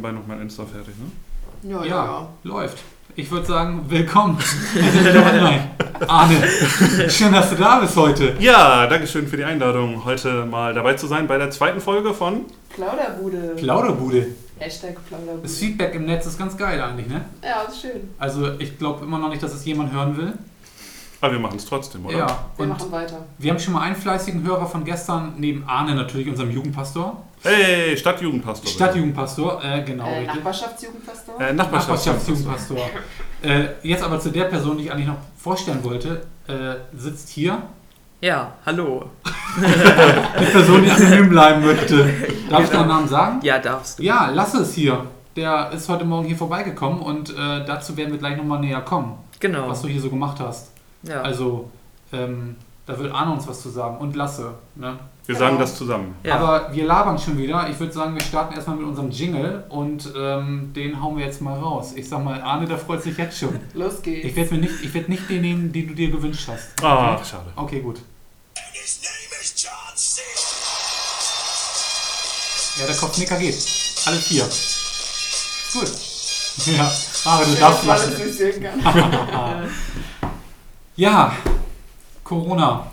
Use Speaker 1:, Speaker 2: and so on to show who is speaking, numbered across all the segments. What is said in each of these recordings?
Speaker 1: nebenbei noch mein Insta fertig, ne?
Speaker 2: Ja, ja,
Speaker 3: Ja.
Speaker 2: ja.
Speaker 3: Läuft. Ich würde sagen, willkommen. Wir sind wieder online. Arne, schön, dass du da bist heute.
Speaker 1: Ja, Dankeschön für die Einladung, heute mal dabei zu sein bei der zweiten Folge von.
Speaker 2: Plauderbude.
Speaker 3: Plauderbude.
Speaker 2: Hashtag Plauderbude.
Speaker 3: Das Feedback im Netz ist ganz geil eigentlich, ne?
Speaker 2: ja, ist schön.
Speaker 3: Also ich glaube immer noch nicht, dass es jemand hören will.
Speaker 1: Aber Ah, wir machen es trotzdem, oder?
Speaker 3: Ja.
Speaker 2: Wir
Speaker 3: Und
Speaker 2: machen weiter.
Speaker 3: wir haben schon mal einen fleißigen Hörer von gestern, neben Arne natürlich, unserem Jugendpastor.
Speaker 1: Hey, Stadtjugendpastor.
Speaker 3: Stadtjugendpastor, äh, genau.
Speaker 2: äh,
Speaker 3: richtig.
Speaker 2: Nachbarschaftsjugendfestival?
Speaker 1: Äh, Nachbarschafts
Speaker 3: Nachbarschaftsjugendpastor. Äh, jetzt aber zu der Person, die ich eigentlich noch vorstellen wollte, äh, sitzt hier.
Speaker 4: Ja, hallo.
Speaker 3: Die Person, die anonym bleiben möchte. Darf ich deinen Namen sagen?
Speaker 4: Ja, darfst du.
Speaker 3: Ja, lass es hier. Der ist heute Morgen hier vorbeigekommen und äh, dazu werden wir gleich nochmal näher kommen,
Speaker 4: Genau.
Speaker 3: was du hier so gemacht hast.
Speaker 4: Ja.
Speaker 3: Also, ähm, da wird Arne uns was zu sagen und Lasse. Ne?
Speaker 1: Wir sagen das zusammen.
Speaker 4: ja.
Speaker 3: Aber wir labern schon wieder. Ich würde sagen, wir starten erstmal mit unserem Jingle und ähm, den hauen wir jetzt mal raus. Ich sag mal, Arne, der freut sich jetzt schon.
Speaker 2: Los geht's.
Speaker 3: Äh, Ich werde nicht, ich werd nicht den nehmen, den du dir gewünscht hast.
Speaker 1: Ach, schade.
Speaker 3: Okay, gut.
Speaker 5: His name is John C.
Speaker 3: Ja, der Kopfnicker geht. Alle vier. Gut. Ja, Arne, du darfst
Speaker 2: mal das
Speaker 3: lachen.
Speaker 2: nicht sehen kann.
Speaker 3: Ja, Corona.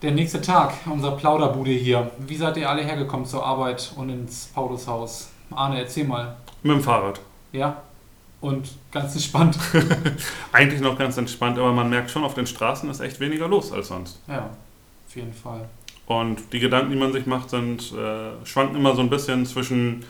Speaker 3: Der nächste Tag, unser Plauderbude hier. Wie seid ihr alle hergekommen zur Arbeit und ins Paulushaus? Arne, erzähl mal.
Speaker 1: Mit dem Fahrrad.
Speaker 3: Ja? Und ganz entspannt.
Speaker 1: Eigentlich noch ganz entspannt, aber man merkt schon, auf den Straßen ist echt weniger los als sonst.
Speaker 3: Ja, auf jeden Fall.
Speaker 1: Und die Gedanken, die man sich macht, sind, äh, schwanken immer so ein bisschen zwischen,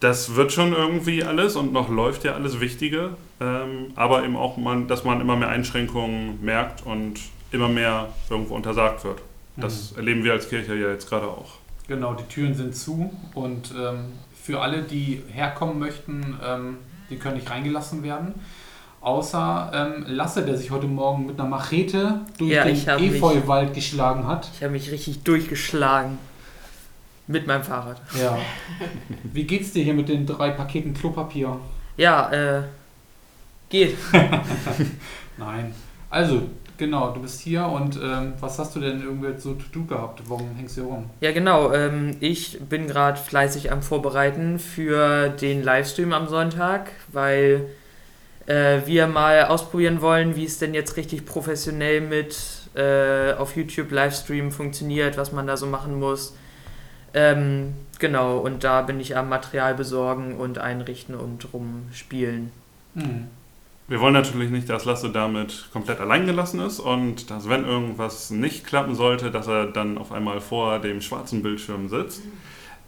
Speaker 1: das wird schon irgendwie alles und noch läuft ja alles Wichtige, ähm, aber eben auch, man, dass man immer mehr Einschränkungen merkt und immer mehr irgendwo untersagt wird. Das erleben wir als Kirche ja jetzt gerade auch.
Speaker 3: Genau, die Türen sind zu und ähm, für alle, die herkommen möchten, ähm, die können nicht reingelassen werden. Außer ähm, Lasse, der sich heute Morgen mit einer Machete durch
Speaker 4: Ja,
Speaker 3: den
Speaker 4: ich hab mich-
Speaker 3: Efeuwald geschlagen hat.
Speaker 4: Ich habe mich richtig durchgeschlagen. Mit meinem Fahrrad.
Speaker 3: Ja. Wie geht's dir hier mit den drei Paketen Klopapier?
Speaker 4: Ja, äh. Geht.
Speaker 3: Nein. Also, genau, du bist hier und ähm, was hast du denn irgendwie so to do gehabt? Warum hängst du hier rum?
Speaker 4: Ja, genau. Ähm, ich bin gerade fleißig am Vorbereiten für den Livestream am Sonntag, weil äh, wir mal ausprobieren wollen, wie es denn jetzt richtig professionell mit äh, auf YouTube Livestream funktioniert, was man da so machen muss. Ähm, genau, und da bin ich am Material besorgen und einrichten und rumspielen.
Speaker 3: Hm.
Speaker 1: Wir wollen natürlich nicht, dass Lasse damit komplett allein gelassen ist und dass, wenn irgendwas nicht klappen sollte, dass er dann auf einmal vor dem schwarzen Bildschirm sitzt.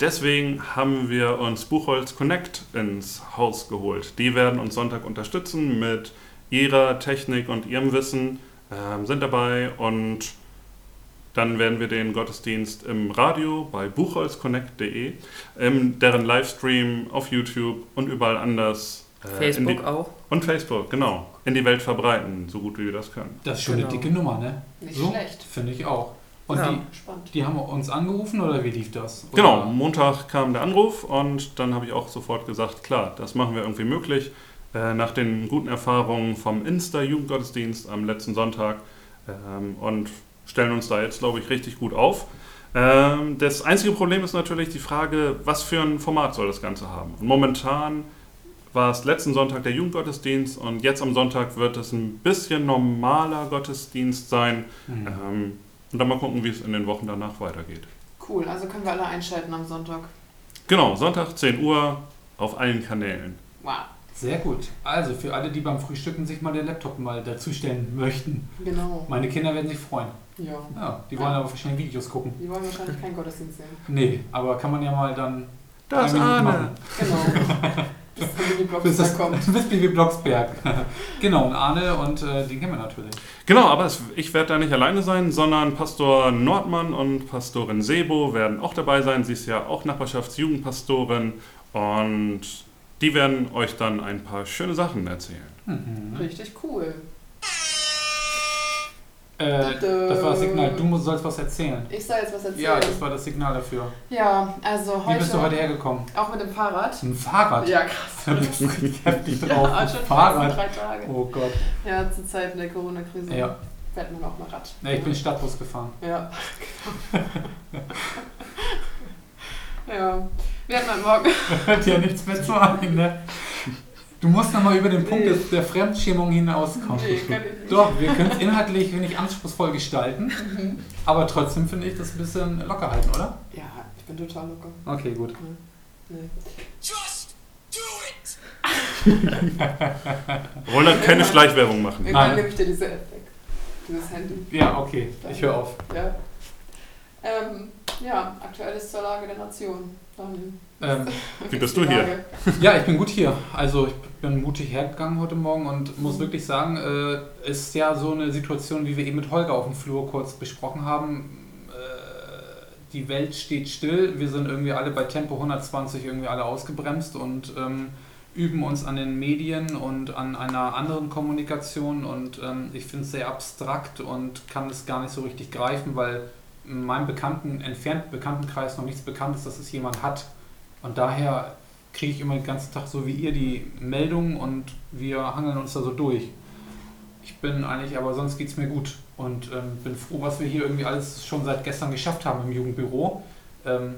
Speaker 1: Deswegen haben wir uns Buchholz Connect ins Haus geholt. Die werden uns Sonntag unterstützen mit ihrer Technik und ihrem Wissen, ähm, sind dabei und dann werden wir den Gottesdienst im Radio bei buchholzconnect.de, in deren Livestream auf YouTube und überall anders äh, in die-
Speaker 4: Facebook auch.
Speaker 1: und Facebook, genau. In die Welt verbreiten, so gut wie wir das können.
Speaker 3: Das ist schon eine
Speaker 4: Genau.
Speaker 3: dicke Nummer, ne?
Speaker 2: Nicht
Speaker 3: so?
Speaker 2: schlecht.
Speaker 3: Finde ich auch. Und
Speaker 4: Ja.
Speaker 3: die,
Speaker 2: Spannend.
Speaker 3: die haben uns angerufen oder wie lief das? Oder?
Speaker 1: Genau, Montag kam der Anruf und dann habe ich auch sofort gesagt, klar, das machen wir irgendwie möglich. Äh, nach den guten Erfahrungen vom Insta-Jugendgottesdienst am letzten Sonntag ähm, und stellen uns da jetzt, glaube ich, richtig gut auf. Ähm, das einzige Problem ist natürlich die Frage, was für ein Format soll das Ganze haben? Und momentan war es letzten Sonntag der Jugendgottesdienst und jetzt am Sonntag wird es ein bisschen normaler Gottesdienst sein.
Speaker 3: Hm.
Speaker 1: Ähm, und dann mal gucken, wie es in den Wochen danach weitergeht.
Speaker 2: Cool, also können wir alle einschalten am Sonntag.
Speaker 1: Genau, Sonntag 10 Uhr auf allen Kanälen.
Speaker 2: Wow,
Speaker 3: Sehr gut. Also, für alle, die beim Frühstücken sich mal den Laptop mal dazustellen möchten.
Speaker 2: genau.
Speaker 3: Meine Kinder werden sich freuen.
Speaker 2: Ja.
Speaker 3: Ja, die wollen aber wahrscheinlich Videos gucken.
Speaker 2: Die wollen wahrscheinlich keinen Gottesdienst sehen.
Speaker 3: Nee, aber kann man ja mal dann...
Speaker 1: Das
Speaker 3: drei Minuten
Speaker 1: Arne.
Speaker 2: Genau. Bis der Mini-Blocks
Speaker 3: Bis das
Speaker 2: da kommt.
Speaker 3: Bis Bibi Blocksberg. genau, und Arne und äh, den kennen wir natürlich.
Speaker 1: Genau, aber es, ich werde da nicht alleine sein, sondern Pastor Nordmann und Pastorin Sebo werden auch dabei sein. Sie ist ja auch Nachbarschaftsjugendpastorin und die werden euch dann ein paar schöne Sachen erzählen.
Speaker 3: Hm? Mhm.
Speaker 2: Richtig cool.
Speaker 3: Äh, das war das Signal, du musst, sollst was erzählen.
Speaker 2: Ich soll jetzt was erzählen.
Speaker 3: Ja, das war das Signal dafür.
Speaker 2: Ja, also
Speaker 3: Wie bist du heute
Speaker 2: heute
Speaker 3: hergekommen?
Speaker 2: auch mit dem Fahrrad.
Speaker 3: Ein Fahrrad.
Speaker 2: Ja, krass.
Speaker 3: Da bist du richtig heftig drauf.
Speaker 2: Ja, schon fast
Speaker 3: Ein Fahrrad.
Speaker 2: drei Tage.
Speaker 3: Oh Gott.
Speaker 2: Ja, zur Zeit der Corona-Krise
Speaker 3: Ja.
Speaker 2: fährt man auch mal Rad.
Speaker 3: Ne, ich bin Stadtbus gefahren.
Speaker 2: Ja. Ja. Wir hatten heute Morgen.
Speaker 3: Hört ja nichts mehr zu ein, ne? Du musst nochmal über den Punkt
Speaker 2: Nee.
Speaker 3: des, der Fremdschämung hinauskommen.
Speaker 2: Nee, kann ich nicht.
Speaker 3: Doch, wir können es inhaltlich wenig anspruchsvoll gestalten, aber trotzdem finde ich das ein bisschen locker halten, oder?
Speaker 2: Ja, ich bin total locker.
Speaker 3: Okay, gut.
Speaker 2: Nee.
Speaker 5: Just do it!
Speaker 1: Roland, keine Schleichwerbung machen.
Speaker 2: Irgendwann
Speaker 3: Nein.
Speaker 2: nehme ich dir diese App weg. Dieses Handy.
Speaker 3: Ja, okay, ich höre auf.
Speaker 2: Ja. Ähm, ja, aktuell ist zur Lage der Nation. Dann
Speaker 3: Ähm,
Speaker 1: Wie bist du hier?
Speaker 2: Lage.
Speaker 3: Ja, ich bin gut hier. Also ich bin mutig hergegangen heute Morgen und muss wirklich sagen, äh, ist ja so eine Situation, wie wir eben mit Holger auf dem Flur kurz besprochen haben. Äh, die Welt steht still, wir sind irgendwie alle bei Tempo 120 irgendwie alle ausgebremst und ähm, üben uns an den Medien und an einer anderen Kommunikation und ähm, ich finde es sehr abstrakt und kann es gar nicht so richtig greifen, weil in meinem bekannten, entfernten Bekanntenkreis noch nichts bekannt ist, dass es jemand hat. Und daher kriege ich immer den ganzen Tag so wie ihr die Meldungen und wir hangeln uns da so durch. Ich bin eigentlich, aber sonst geht es mir gut und ähm, bin froh, was wir hier irgendwie alles schon seit gestern geschafft haben im Jugendbüro. Ähm,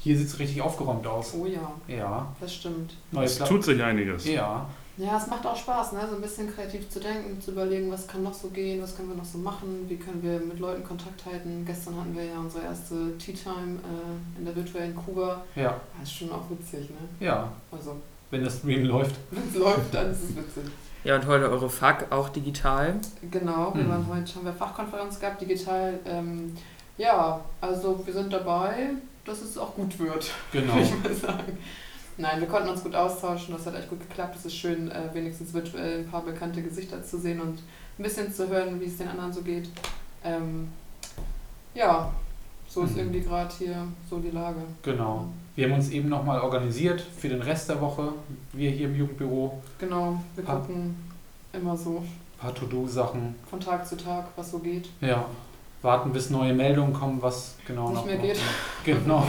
Speaker 3: hier sieht es richtig aufgeräumt aus.
Speaker 2: Oh ja,
Speaker 3: Ja,
Speaker 2: das stimmt.
Speaker 3: neue
Speaker 1: Es
Speaker 3: Platten.
Speaker 1: tut sich einiges.
Speaker 3: Ja,
Speaker 2: Ja, es macht auch Spaß, ne? so ein bisschen kreativ zu denken, zu überlegen, was kann noch so gehen, was können wir noch so machen, wie können wir mit Leuten Kontakt halten. Gestern hatten wir ja unsere erste Tea Time äh, in der virtuellen Kuba.
Speaker 3: ja,
Speaker 2: Das ist schon auch witzig, ne?
Speaker 3: ja.
Speaker 2: Also,
Speaker 3: Wenn das Stream läuft.
Speaker 2: wenn es läuft, dann ist es witzig.
Speaker 4: Ja, und heute eure FAQ auch digital.
Speaker 2: Genau, wir
Speaker 3: Mhm.
Speaker 2: waren heute, haben wir Fachkonferenz gehabt, digital. Ähm, ja, also wir sind dabei, dass es auch gut wird.
Speaker 3: Genau.
Speaker 2: würde ich mal sagen. Nein, wir konnten uns gut austauschen, das hat echt gut geklappt. Es ist schön, äh, wenigstens virtuell ein paar bekannte Gesichter zu sehen und ein bisschen zu hören, wie es den anderen so geht. Ähm, ja, so ist
Speaker 3: Mhm.
Speaker 2: irgendwie gerade hier so die Lage.
Speaker 3: Genau. Wir haben uns eben nochmal organisiert für den Rest der Woche. Wir hier im Jugendbüro.
Speaker 2: Genau, wir
Speaker 3: Ah.
Speaker 2: gucken immer so
Speaker 3: Ein paar To-Do-Sachen.
Speaker 2: von Tag zu Tag, was so geht.
Speaker 3: Ja. Warten, bis neue Meldungen kommen, was genau
Speaker 2: Nicht
Speaker 3: noch
Speaker 2: mehr geht.
Speaker 3: Genau.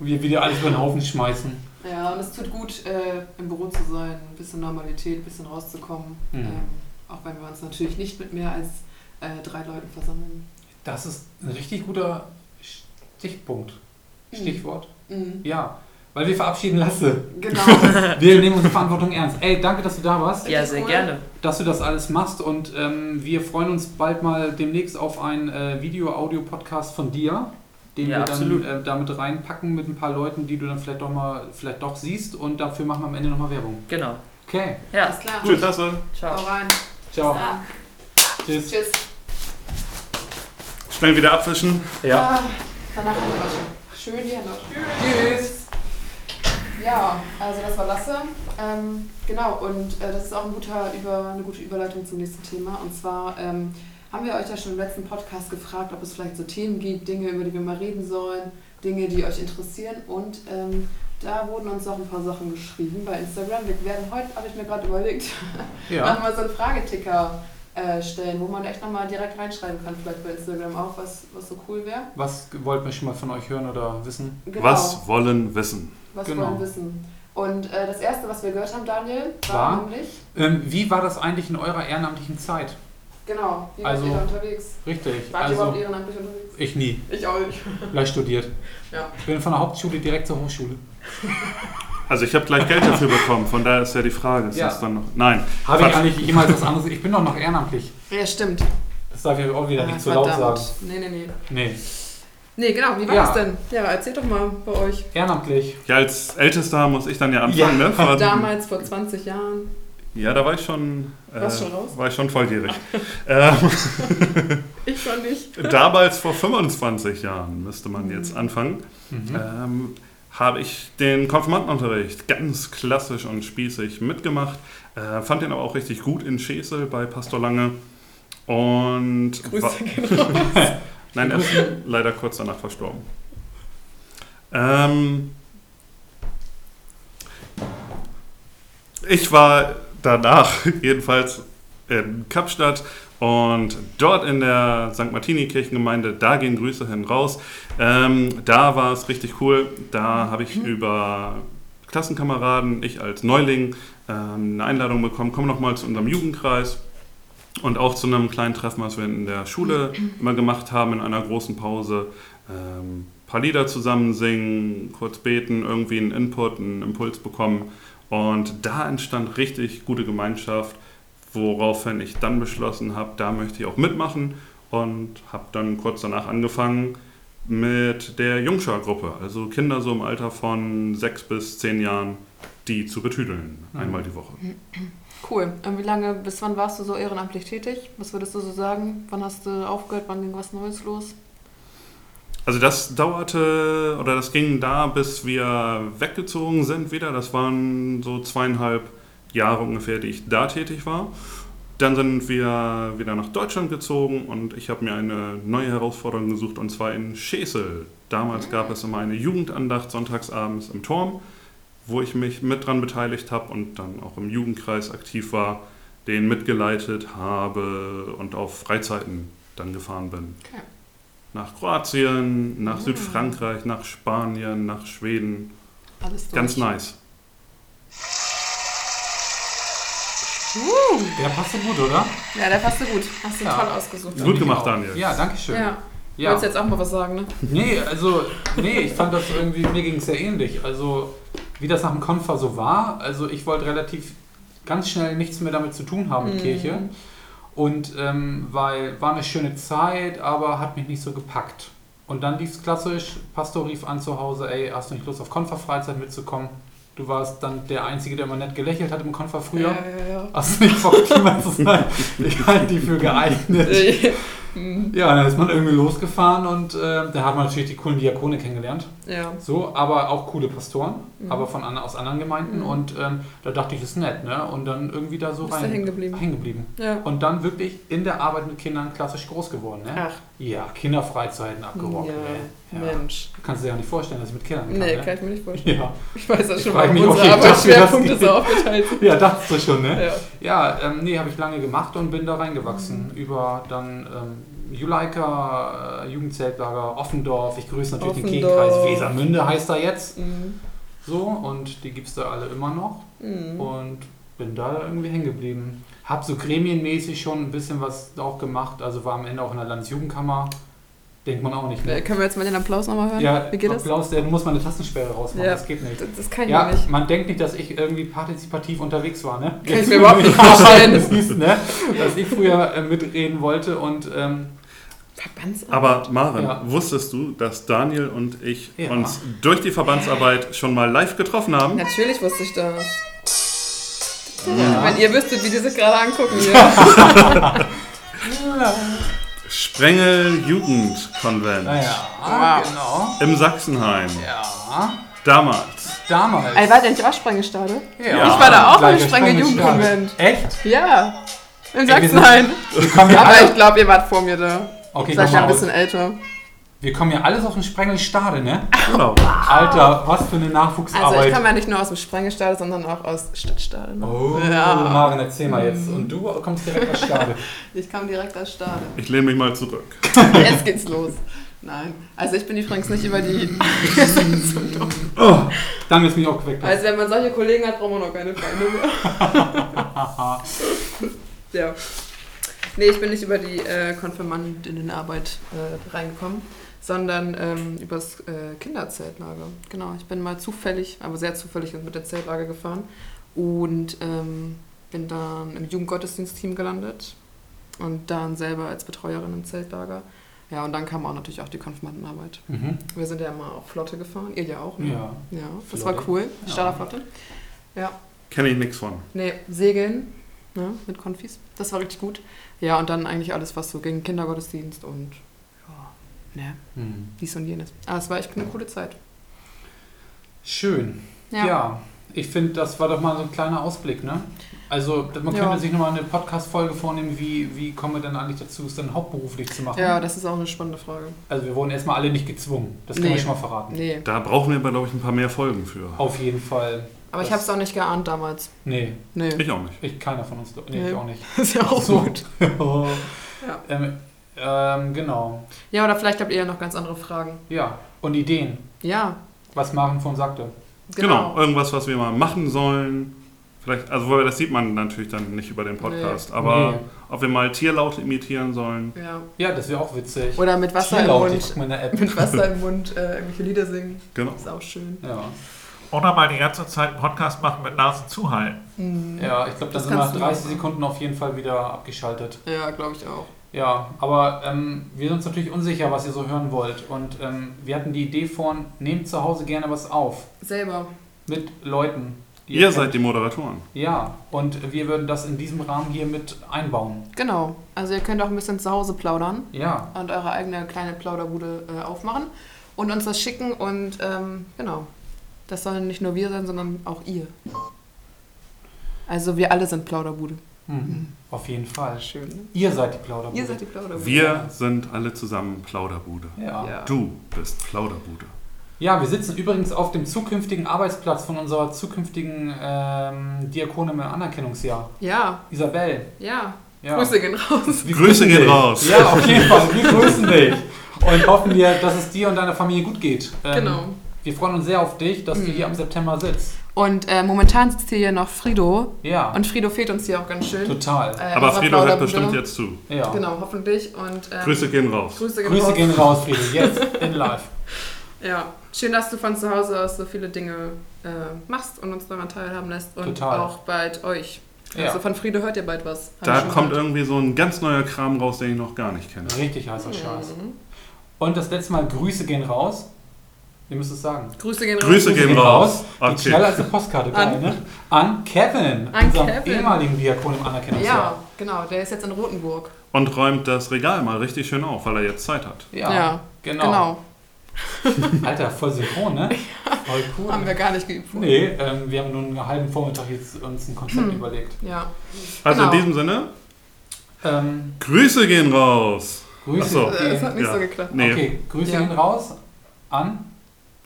Speaker 3: Und wir wieder alles über den Haufen schmeißen.
Speaker 2: Ja, und es tut gut, äh, im Büro zu sein, ein bisschen Normalität, ein bisschen rauszukommen.
Speaker 3: Mhm.
Speaker 2: Ähm, auch wenn wir uns natürlich nicht mit mehr als äh, drei Leuten versammeln.
Speaker 3: Das ist ein richtig guter Stichpunkt.
Speaker 2: Hm.
Speaker 3: Stichwort.
Speaker 2: Mhm.
Speaker 3: Ja. Weil wir verabschieden Lasse.
Speaker 2: Genau.
Speaker 3: Wir nehmen unsere Verantwortung ernst. Ey, danke, dass du da warst.
Speaker 4: Ja, sehr
Speaker 2: cool.
Speaker 4: gerne.
Speaker 3: dass du das alles machst und ähm, wir freuen uns bald mal demnächst auf einen äh, Video-Audio-Podcast von dir, den
Speaker 4: Ja,
Speaker 3: wir
Speaker 4: absolut.
Speaker 3: dann äh, damit reinpacken mit ein paar Leuten, die du dann vielleicht doch mal vielleicht doch siehst und dafür machen wir am Ende nochmal Werbung.
Speaker 4: Genau.
Speaker 3: Okay,
Speaker 4: Ja,
Speaker 2: Alles klar.
Speaker 1: Tschüss, Tasse.
Speaker 4: ciao.
Speaker 2: Hau rein.
Speaker 3: ciao.
Speaker 2: Ah,
Speaker 3: Tschüss.
Speaker 2: tschüss.
Speaker 1: Schnell wieder abwischen.
Speaker 3: Ja.
Speaker 2: Ah, danach haben wir was schon. Schön die Hände. Tschüss. Ja, also das war Lasse. Ähm, genau, und äh, das ist auch ein guter über, eine gute Überleitung zum nächsten Thema. Und zwar ähm, haben wir euch ja schon im letzten Podcast gefragt, ob es vielleicht so Themen gibt, Dinge, über die wir mal reden sollen, Dinge, die euch interessieren. Und ähm, da wurden uns auch ein paar Sachen geschrieben bei Instagram. Wir werden heute, habe ich mir gerade überlegt,
Speaker 3: Ja.
Speaker 2: nochmal so einen Frageticker äh, stellen, wo man echt nochmal direkt reinschreiben kann, vielleicht bei Instagram auch, was, was so cool wäre.
Speaker 3: Was wollt ihr schon mal von euch hören oder wissen?
Speaker 2: Genau,
Speaker 1: Was wollen wissen?
Speaker 2: was
Speaker 3: genau.
Speaker 2: wollen wir wissen. Und äh, das Erste, was wir gehört haben, Daniel, war,
Speaker 3: War?
Speaker 2: nämlich,
Speaker 3: Ähm, wie war das eigentlich in eurer ehrenamtlichen Zeit?
Speaker 2: genau, wie
Speaker 3: Also-
Speaker 2: wart ihr da unterwegs?
Speaker 3: Richtig.
Speaker 2: Wart ihr
Speaker 3: also
Speaker 2: überhaupt ehrenamtlich unterwegs?
Speaker 3: ich nie.
Speaker 2: Ich auch nicht.
Speaker 3: Gleich studiert.
Speaker 2: Ja.
Speaker 3: Ich bin von der Hauptschule direkt zur Hochschule.
Speaker 1: Also ich habe gleich Geld dafür bekommen, von daher ist ja die Frage, ist
Speaker 3: Ja.
Speaker 1: das dann noch... Nein,
Speaker 3: Habe ich
Speaker 1: Quatsch.
Speaker 3: eigentlich jemals was anderes? Ich bin doch noch ehrenamtlich.
Speaker 2: Ja, stimmt.
Speaker 3: Das darf ich auch wieder
Speaker 2: Ah,
Speaker 3: nicht zu laut
Speaker 2: verdammt.
Speaker 3: sagen.
Speaker 2: Nee, nee, nee.
Speaker 3: Nee.
Speaker 2: Nee, genau, wie war
Speaker 3: Ja.
Speaker 2: das denn? Ja, erzählt doch mal bei euch.
Speaker 3: Ehrenamtlich.
Speaker 1: ja, als Ältester muss ich dann ja anfangen, ne?
Speaker 3: Ähm,
Speaker 1: Vor-
Speaker 2: Damals, vor 20 Jahren.
Speaker 1: Ja, da war ich schon... Äh,
Speaker 2: Warst schon raus?
Speaker 1: War ich schon volljährig. ähm,
Speaker 2: Ich schon nicht.
Speaker 1: damals, vor 25 Jahren, müsste man jetzt anfangen,
Speaker 3: Mhm.
Speaker 1: ähm, habe ich den Konfirmandenunterricht ganz klassisch und spießig mitgemacht. Äh, fand den aber auch richtig gut in Schesel bei Pastor Lange. Und... wa-
Speaker 2: Grüße gehen raus.
Speaker 1: Nein, er ist leider kurz danach verstorben. Ähm, ich war danach jedenfalls in Kapstadt und dort in der St. Martini-Kirchengemeinde, da gehen Grüße hin raus. Ähm, da war es richtig cool. Da habe ich über Klassenkameraden, ich als Neuling, ähm, eine Einladung bekommen, komm noch mal zu unserem Jugendkreis. Und auch zu einem kleinen Treffen, was wir in der Schule immer gemacht haben, in einer großen Pause. Ähm, paar Lieder zusammen singen, kurz beten, irgendwie einen Input, einen Impuls bekommen. Und da entstand richtig gute Gemeinschaft, woraufhin ich dann beschlossen habe, da möchte ich auch mitmachen und habe dann kurz danach angefangen mit der Jungschar-Gruppe, also Kinder so im Alter von sechs bis zehn Jahren, die zu betüdeln,
Speaker 3: Mhm.
Speaker 1: einmal die Woche.
Speaker 2: Cool. Und wie lange, bis wann warst du so ehrenamtlich tätig? Was würdest du so sagen? Wann hast du aufgehört? Wann ging was Neues los?
Speaker 1: Also das dauerte oder das ging da, bis wir weggezogen sind wieder. Das waren so zweieinhalb Jahre ungefähr, die ich da tätig war. Dann sind wir wieder nach Deutschland gezogen und ich habe mir eine neue Herausforderung gesucht und zwar in Schesel. Damals gab es immer eine Jugendandacht sonntagsabends im Turm, wo ich mich mit dran beteiligt habe und dann auch im Jugendkreis aktiv war, den mitgeleitet habe und auf Freizeiten dann gefahren bin
Speaker 2: Okay.
Speaker 1: nach Kroatien, nach
Speaker 2: Ah.
Speaker 1: Südfrankreich, nach Spanien, nach Schweden.
Speaker 2: Alles durch.
Speaker 1: Ganz nice.
Speaker 2: Uh,
Speaker 3: Der passt so gut, oder?
Speaker 2: ja, der passte gut. Hast du
Speaker 3: Ja.
Speaker 2: toll ausgesucht.
Speaker 1: Gut
Speaker 3: Ich
Speaker 1: gemacht,
Speaker 3: auch.
Speaker 1: Daniel.
Speaker 3: Ja, danke schön.
Speaker 2: Ja. Du
Speaker 3: Ja.
Speaker 2: wolltest jetzt auch mal was sagen, ne?
Speaker 3: Nee, also, nee, ich fand das irgendwie, mir ging es sehr ähnlich. Also, wie das nach dem Konfer so war, also ich wollte relativ ganz schnell nichts mehr damit zu tun haben mit
Speaker 2: Mhm.
Speaker 3: Kirche. Und ähm, weil war eine schöne Zeit, aber hat mich nicht so gepackt. Und dann lief es klassisch, Pastor rief an zu Hause, ey, hast du nicht Lust auf Konferfreizeit mitzukommen? Du warst dann der Einzige, der immer nett gelächelt hat im Konfer früher.
Speaker 2: Ja, ja, ja.
Speaker 3: Hast du nicht vor Klima zu sein? Ich halte die für geeignet.
Speaker 2: Äh, mm,
Speaker 3: Ja, dann ist man irgendwie losgefahren und äh, da hat man natürlich die coolen Diakone kennengelernt.
Speaker 2: ja.
Speaker 3: So, aber auch coole Pastoren,
Speaker 2: Mhm.
Speaker 3: aber von an, aus anderen Gemeinden.
Speaker 2: Mhm.
Speaker 3: Und ähm, da dachte ich, das ist nett, ne? Und dann irgendwie da so
Speaker 2: Bist du
Speaker 3: rein.
Speaker 2: hängen geblieben?
Speaker 3: hängen geblieben.
Speaker 2: Ja.
Speaker 3: Und dann wirklich in der Arbeit mit Kindern klassisch groß geworden, ne?
Speaker 2: Ach,
Speaker 3: Ja, Kinderfreizeiten abgerockt,
Speaker 2: ja.
Speaker 3: ne? Ja.
Speaker 2: Mensch.
Speaker 3: Kannst du dir ja nicht vorstellen, dass ich mit Kindern kann,
Speaker 2: Nee,
Speaker 3: ne?
Speaker 2: kann ich mir nicht vorstellen.
Speaker 3: Ja.
Speaker 2: Ich weiß ja
Speaker 3: Ich
Speaker 2: schon,
Speaker 3: frag
Speaker 2: warum
Speaker 3: mich, ob
Speaker 2: unsere
Speaker 3: ich dachte,
Speaker 2: Arbeitsschwerpunkte
Speaker 3: das
Speaker 2: so aufgeteilt sind.
Speaker 3: ja, dachtest du schon, ne?
Speaker 2: Ja.
Speaker 3: Ja, ähm, nee, habe ich lange gemacht und bin da reingewachsen.
Speaker 2: Mhm.
Speaker 3: Über dann ähm, Juleika, äh, Jugendzeltlager, Offendorf. Ich grüße natürlich den
Speaker 2: Offendorf.
Speaker 3: Kirchenkreis Wesermünde, heißt er jetzt.
Speaker 2: Mhm.
Speaker 3: So, und die gibt es da alle immer noch.
Speaker 2: Mhm.
Speaker 3: Und bin da irgendwie hängen geblieben. Hab so gremienmäßig schon ein bisschen was auch gemacht. Also war am Ende auch in der Landesjugendkammer. Denkt man auch nicht,
Speaker 2: Äh,
Speaker 3: ne?
Speaker 2: Können wir jetzt mal den Applaus nochmal hören?
Speaker 3: Ja,
Speaker 2: Wie geht das?
Speaker 3: Applaus, der, du musst mal eine Tastensperre rausmachen,
Speaker 2: Ja.
Speaker 3: das geht nicht.
Speaker 2: Das, das kann ich
Speaker 3: Ja,
Speaker 2: nicht.
Speaker 3: man denkt nicht, dass ich irgendwie partizipativ unterwegs war, ne?
Speaker 2: Kann ich mir überhaupt nicht vorstellen.
Speaker 3: Das hieß, ne? Dass ich früher äh, mitreden wollte und ähm,
Speaker 2: Verbandsamt.
Speaker 1: Aber Maren,
Speaker 3: Ja.
Speaker 1: wusstest du, dass Daniel und ich
Speaker 3: Ja.
Speaker 1: uns durch die Verbandsarbeit schon mal live getroffen haben?
Speaker 2: Natürlich wusste ich das.
Speaker 3: ja.
Speaker 2: Wenn ihr wüsstet, wie die sich gerade angucken. Ja.
Speaker 1: Sprengel Jugendkonvent
Speaker 3: naja,
Speaker 2: Wow.
Speaker 3: genau.
Speaker 1: im Sachsenheim.
Speaker 3: Ja,
Speaker 1: Damals.
Speaker 3: damals.
Speaker 2: Ey, war der nicht auch Sprengestade?
Speaker 1: Ich war
Speaker 2: da auch im
Speaker 3: Gleicher
Speaker 2: Sprengel
Speaker 3: Sprengestaat.
Speaker 2: Jugendkonvent.
Speaker 3: Echt?
Speaker 2: Ja. In
Speaker 3: Ey, wir sind-
Speaker 2: Sachsenheim.
Speaker 3: Wir kommen ja
Speaker 2: Aber ich
Speaker 3: alle,
Speaker 2: glaube, ihr wart vor mir da.
Speaker 3: okay,
Speaker 2: Seid
Speaker 3: komm
Speaker 2: ja ein
Speaker 3: mal
Speaker 2: bisschen
Speaker 3: raus.
Speaker 2: älter.
Speaker 3: Wir kommen ja alles auf den Sprengelstade, ne?
Speaker 1: Genau.
Speaker 3: Alter, was für
Speaker 2: Ah. Also
Speaker 3: eine
Speaker 2: ich komme
Speaker 3: Nachwuchsarbeit.
Speaker 2: ja nicht nur aus dem Sprengestade, sondern auch aus Stadtstade. ne?
Speaker 3: Oh,
Speaker 2: Ja.
Speaker 3: Maren, erzähl mal jetzt. Und du kommst direkt aus Stade.
Speaker 2: Ich kam direkt aus Stade.
Speaker 1: Ich lehne mich mal zurück.
Speaker 2: Jetzt geht's los. Nein. Also ich bin übrigens nicht über die... Das ist so dumm.
Speaker 3: Oh, dann ist mich auch geweckt.
Speaker 2: Also wenn man solche Kollegen hat, braucht man auch keine Feinde mehr. ja. Nee, ich bin nicht über die äh, Konfirmandinnenarbeit äh, reingekommen, sondern ähm, übers äh, Kinderzeltlager. Genau, ich bin mal zufällig, aber sehr zufällig mit der Zeltlager gefahren und ähm, bin dann im Jugendgottesdienstteam gelandet und dann selber als Betreuerin im Zeltlager. Ja, und dann kam auch natürlich auch die Konfirmandenarbeit.
Speaker 3: Mhm.
Speaker 2: Wir sind ja immer auf Flotte gefahren, ihr ja auch, ne?
Speaker 3: Ja.
Speaker 2: Ja, das
Speaker 3: Flotte.
Speaker 2: war cool.
Speaker 3: Ja.
Speaker 2: Starterflotte.
Speaker 1: Kenne ich nichts von.
Speaker 2: Nee, Segeln ne, mit Konfis. Das war richtig gut. Ja, und dann eigentlich alles, was so ging. Kindergottesdienst und ja, ne,
Speaker 3: Hm.
Speaker 2: dies und jenes. Aber es war echt eine coole Zeit.
Speaker 3: Schön. Ja, ich finde, das war doch mal so ein kleiner Ausblick, ne? Also, man könnte
Speaker 2: Ja.
Speaker 3: sich nochmal eine Podcast-Folge vornehmen, wie, wie kommen wir denn eigentlich dazu, es dann hauptberuflich zu machen?
Speaker 2: Ja, das ist auch eine spannende Frage.
Speaker 3: Also, wir wurden erstmal alle nicht gezwungen. Das können
Speaker 2: Nee.
Speaker 3: wir schon mal verraten.
Speaker 2: Nee,
Speaker 1: Da brauchen wir aber, glaube ich, ein paar mehr Folgen für.
Speaker 3: Auf jeden Fall.
Speaker 2: aber ich
Speaker 3: Das-
Speaker 2: habe es auch nicht geahnt damals.
Speaker 3: Nee,
Speaker 2: Nee,
Speaker 1: Ich auch nicht.
Speaker 3: ich, keiner von uns. Nee,
Speaker 2: Nee.
Speaker 3: ich auch nicht.
Speaker 2: ist ja auch
Speaker 3: So.
Speaker 2: gut. Ja.
Speaker 3: ähm, ähm, genau.
Speaker 2: Ja, oder vielleicht habt ihr ja noch ganz andere Fragen.
Speaker 3: Ja, und Ideen,
Speaker 2: Ja,
Speaker 3: was Maren von sagte.
Speaker 1: Genau.
Speaker 2: genau.
Speaker 1: Irgendwas, was wir mal machen sollen. Vielleicht, also wobei das sieht man natürlich dann nicht über den Podcast, aber ob wir mal Tierlaute imitieren sollen.
Speaker 2: genau. Ja.
Speaker 3: Ja, das wäre auch witzig.
Speaker 2: Oder mit Wasser im
Speaker 3: Tierlaute, ich
Speaker 2: Mund.
Speaker 3: guck mal in der App.
Speaker 2: Mit Wasser im Mund äh, irgendwelche Lieder singen.
Speaker 1: Genau.
Speaker 2: Ist auch schön.
Speaker 3: Ja,
Speaker 6: Oder mal die ganze Zeit einen Podcast machen mit Nasen zuhalten.
Speaker 3: ja ich glaube, das
Speaker 2: Das
Speaker 3: sind nach
Speaker 2: kannst du
Speaker 3: 30
Speaker 2: machen.
Speaker 3: Sekunden auf jeden Fall wieder abgeschaltet.
Speaker 2: Ja, glaube ich auch.
Speaker 3: Ja, aber ähm, wir sind uns natürlich unsicher, was ihr so hören wollt. Und ähm, wir hatten die Idee von, nehmt zu Hause gerne was auf.
Speaker 2: Selber.
Speaker 3: Mit Leuten. die
Speaker 1: Ihr
Speaker 3: kennt.
Speaker 1: seid die Moderatoren.
Speaker 3: Ja, und wir würden das in diesem Rahmen hier mit einbauen.
Speaker 2: Genau. Also ihr könnt auch ein bisschen zu Hause plaudern
Speaker 3: Ja,
Speaker 2: und eure eigene kleine Plauderbude äh, aufmachen und uns das schicken und ähm, genau. Das sollen nicht nur wir sein, sondern auch ihr. Also wir alle sind Plauderbude.
Speaker 3: mhm. auf jeden Fall.
Speaker 2: Schön.
Speaker 3: Ihr seid die Plauderbude.
Speaker 2: Ihr seid die Plauderbude.
Speaker 1: Wir sind alle zusammen Plauderbude.
Speaker 3: ja. Ja.
Speaker 2: Ja.
Speaker 1: Du bist Plauderbude.
Speaker 3: ja, wir sitzen übrigens auf dem zukünftigen Arbeitsplatz von unserer zukünftigen ähm, Diakone im Anerkennungsjahr.
Speaker 2: ja,
Speaker 3: Isabel.
Speaker 2: ja.
Speaker 3: Ja.
Speaker 2: Grüße gehen raus.
Speaker 3: Wir
Speaker 1: Grüße
Speaker 3: grüßen
Speaker 1: gehen
Speaker 3: dich.
Speaker 1: raus.
Speaker 3: Ja, auf jeden Fall. Wir grüßen dich. Und hoffen dir, dass es dir und deiner Familie gut geht. Ähm,
Speaker 2: Genau.
Speaker 3: Wir freuen uns sehr auf dich, dass du
Speaker 2: Mhm.
Speaker 3: hier am September sitzt.
Speaker 2: Und äh, momentan sitzt hier ja noch Frido.
Speaker 3: Ja,
Speaker 2: Und Frido fehlt uns hier auch ganz schön.
Speaker 3: total.
Speaker 2: Äh,
Speaker 1: Aber
Speaker 2: unsere
Speaker 1: Fredo hört
Speaker 2: Plauderbude.
Speaker 1: bestimmt jetzt zu.
Speaker 3: Ja.
Speaker 2: Genau, hoffentlich. Und, ähm,
Speaker 1: Grüße gehen raus.
Speaker 2: Grüße gehen
Speaker 3: Grüße
Speaker 2: raus.
Speaker 3: gehen raus, Friede. Jetzt in live.
Speaker 2: Ja, schön, dass du von zu Hause aus so viele Dinge äh, machst und uns daran teilhaben lässt und
Speaker 3: Total.
Speaker 2: auch bald euch.
Speaker 3: Ja.
Speaker 2: Also von Friede hört ihr bald was. Hab ich
Speaker 1: Da
Speaker 2: schon
Speaker 1: kommt
Speaker 2: gehört.
Speaker 1: irgendwie so ein ganz neuer Kram raus, den ich noch gar nicht kenne.
Speaker 3: Richtig heißer Scheiß.
Speaker 2: Mhm.
Speaker 3: Und das letzte Mal, Grüße gehen raus. Ihr müsst es sagen.
Speaker 2: Grüße gehen raus.
Speaker 1: Grüße gehen raus.
Speaker 3: Geht schneller
Speaker 1: Okay.
Speaker 3: als eine Postkarte,
Speaker 2: An-
Speaker 3: geil, ne? An Kevin,
Speaker 2: An
Speaker 3: unserem
Speaker 2: Kevin.
Speaker 3: ehemaligen Diakon im Anerkennungsjahr.
Speaker 2: Ja, genau, der ist jetzt in Rothenburg.
Speaker 1: Und räumt das Regal mal richtig schön auf, weil er jetzt Zeit hat.
Speaker 3: Ja, genau.
Speaker 2: genau.
Speaker 3: Alter, voll synchron, ne? Voll cool.
Speaker 2: Haben wir gar nicht geübt.
Speaker 3: nee, ähm, wir haben nur einen halben Vormittag jetzt uns ein Konzept
Speaker 2: Hm.
Speaker 3: überlegt.
Speaker 2: Ja.
Speaker 1: Also in
Speaker 2: Genau.
Speaker 1: diesem Sinne,
Speaker 3: Ähm,
Speaker 1: Grüße gehen raus.
Speaker 3: Grüße
Speaker 1: Ach so.
Speaker 2: Äh, Es hat
Speaker 3: gehen.
Speaker 2: nicht
Speaker 1: Ja.
Speaker 2: so geklappt.
Speaker 1: Nee.
Speaker 3: Okay, Grüße
Speaker 2: Ja.
Speaker 3: gehen raus. An.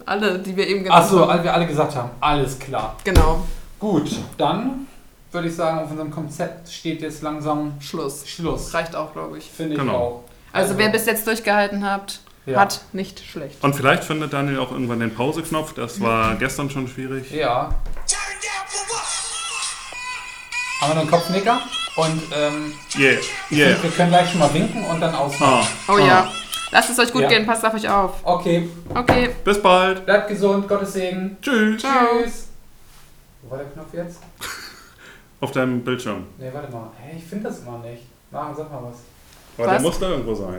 Speaker 2: Alle, die wir eben genannt
Speaker 3: Achso,
Speaker 2: haben.
Speaker 3: wir alle gesagt haben. Alles klar.
Speaker 2: Genau,
Speaker 3: Gut, dann würde ich sagen, auf unserem Konzept steht jetzt langsam
Speaker 2: Schluss.
Speaker 3: Schluss.
Speaker 2: Das reicht auch, glaube ich.
Speaker 3: Finde ich
Speaker 1: Genau.
Speaker 3: auch.
Speaker 2: Also wer bis jetzt durchgehalten habt,
Speaker 3: ja.
Speaker 2: hat nicht schlecht.
Speaker 1: Und vielleicht findet Daniel auch irgendwann den Pauseknopf. Das war gestern schon schwierig.
Speaker 3: Ja,
Speaker 5: Turn down for what?
Speaker 3: haben wir noch einen Kopfnicker und ähm,
Speaker 1: Yeah, yeah.
Speaker 3: wir können gleich schon mal winken und dann ausmachen.
Speaker 1: Ah,
Speaker 2: Oh ja. Lasst es euch gut
Speaker 3: Ja.
Speaker 2: gehen, passt auf euch auf.
Speaker 3: Okay,
Speaker 2: Okay,
Speaker 1: Bis bald.
Speaker 3: bleibt gesund, Gottes Segen.
Speaker 1: Tschüss.
Speaker 2: Ciao.
Speaker 3: Tschüss. Wo war der Knopf jetzt?
Speaker 1: Auf deinem Bildschirm.
Speaker 3: Ne, warte mal. Hey, ich finde das mal nicht. Maren, sag mal was.
Speaker 1: Weil der
Speaker 2: Was?
Speaker 1: muss da irgendwo sein.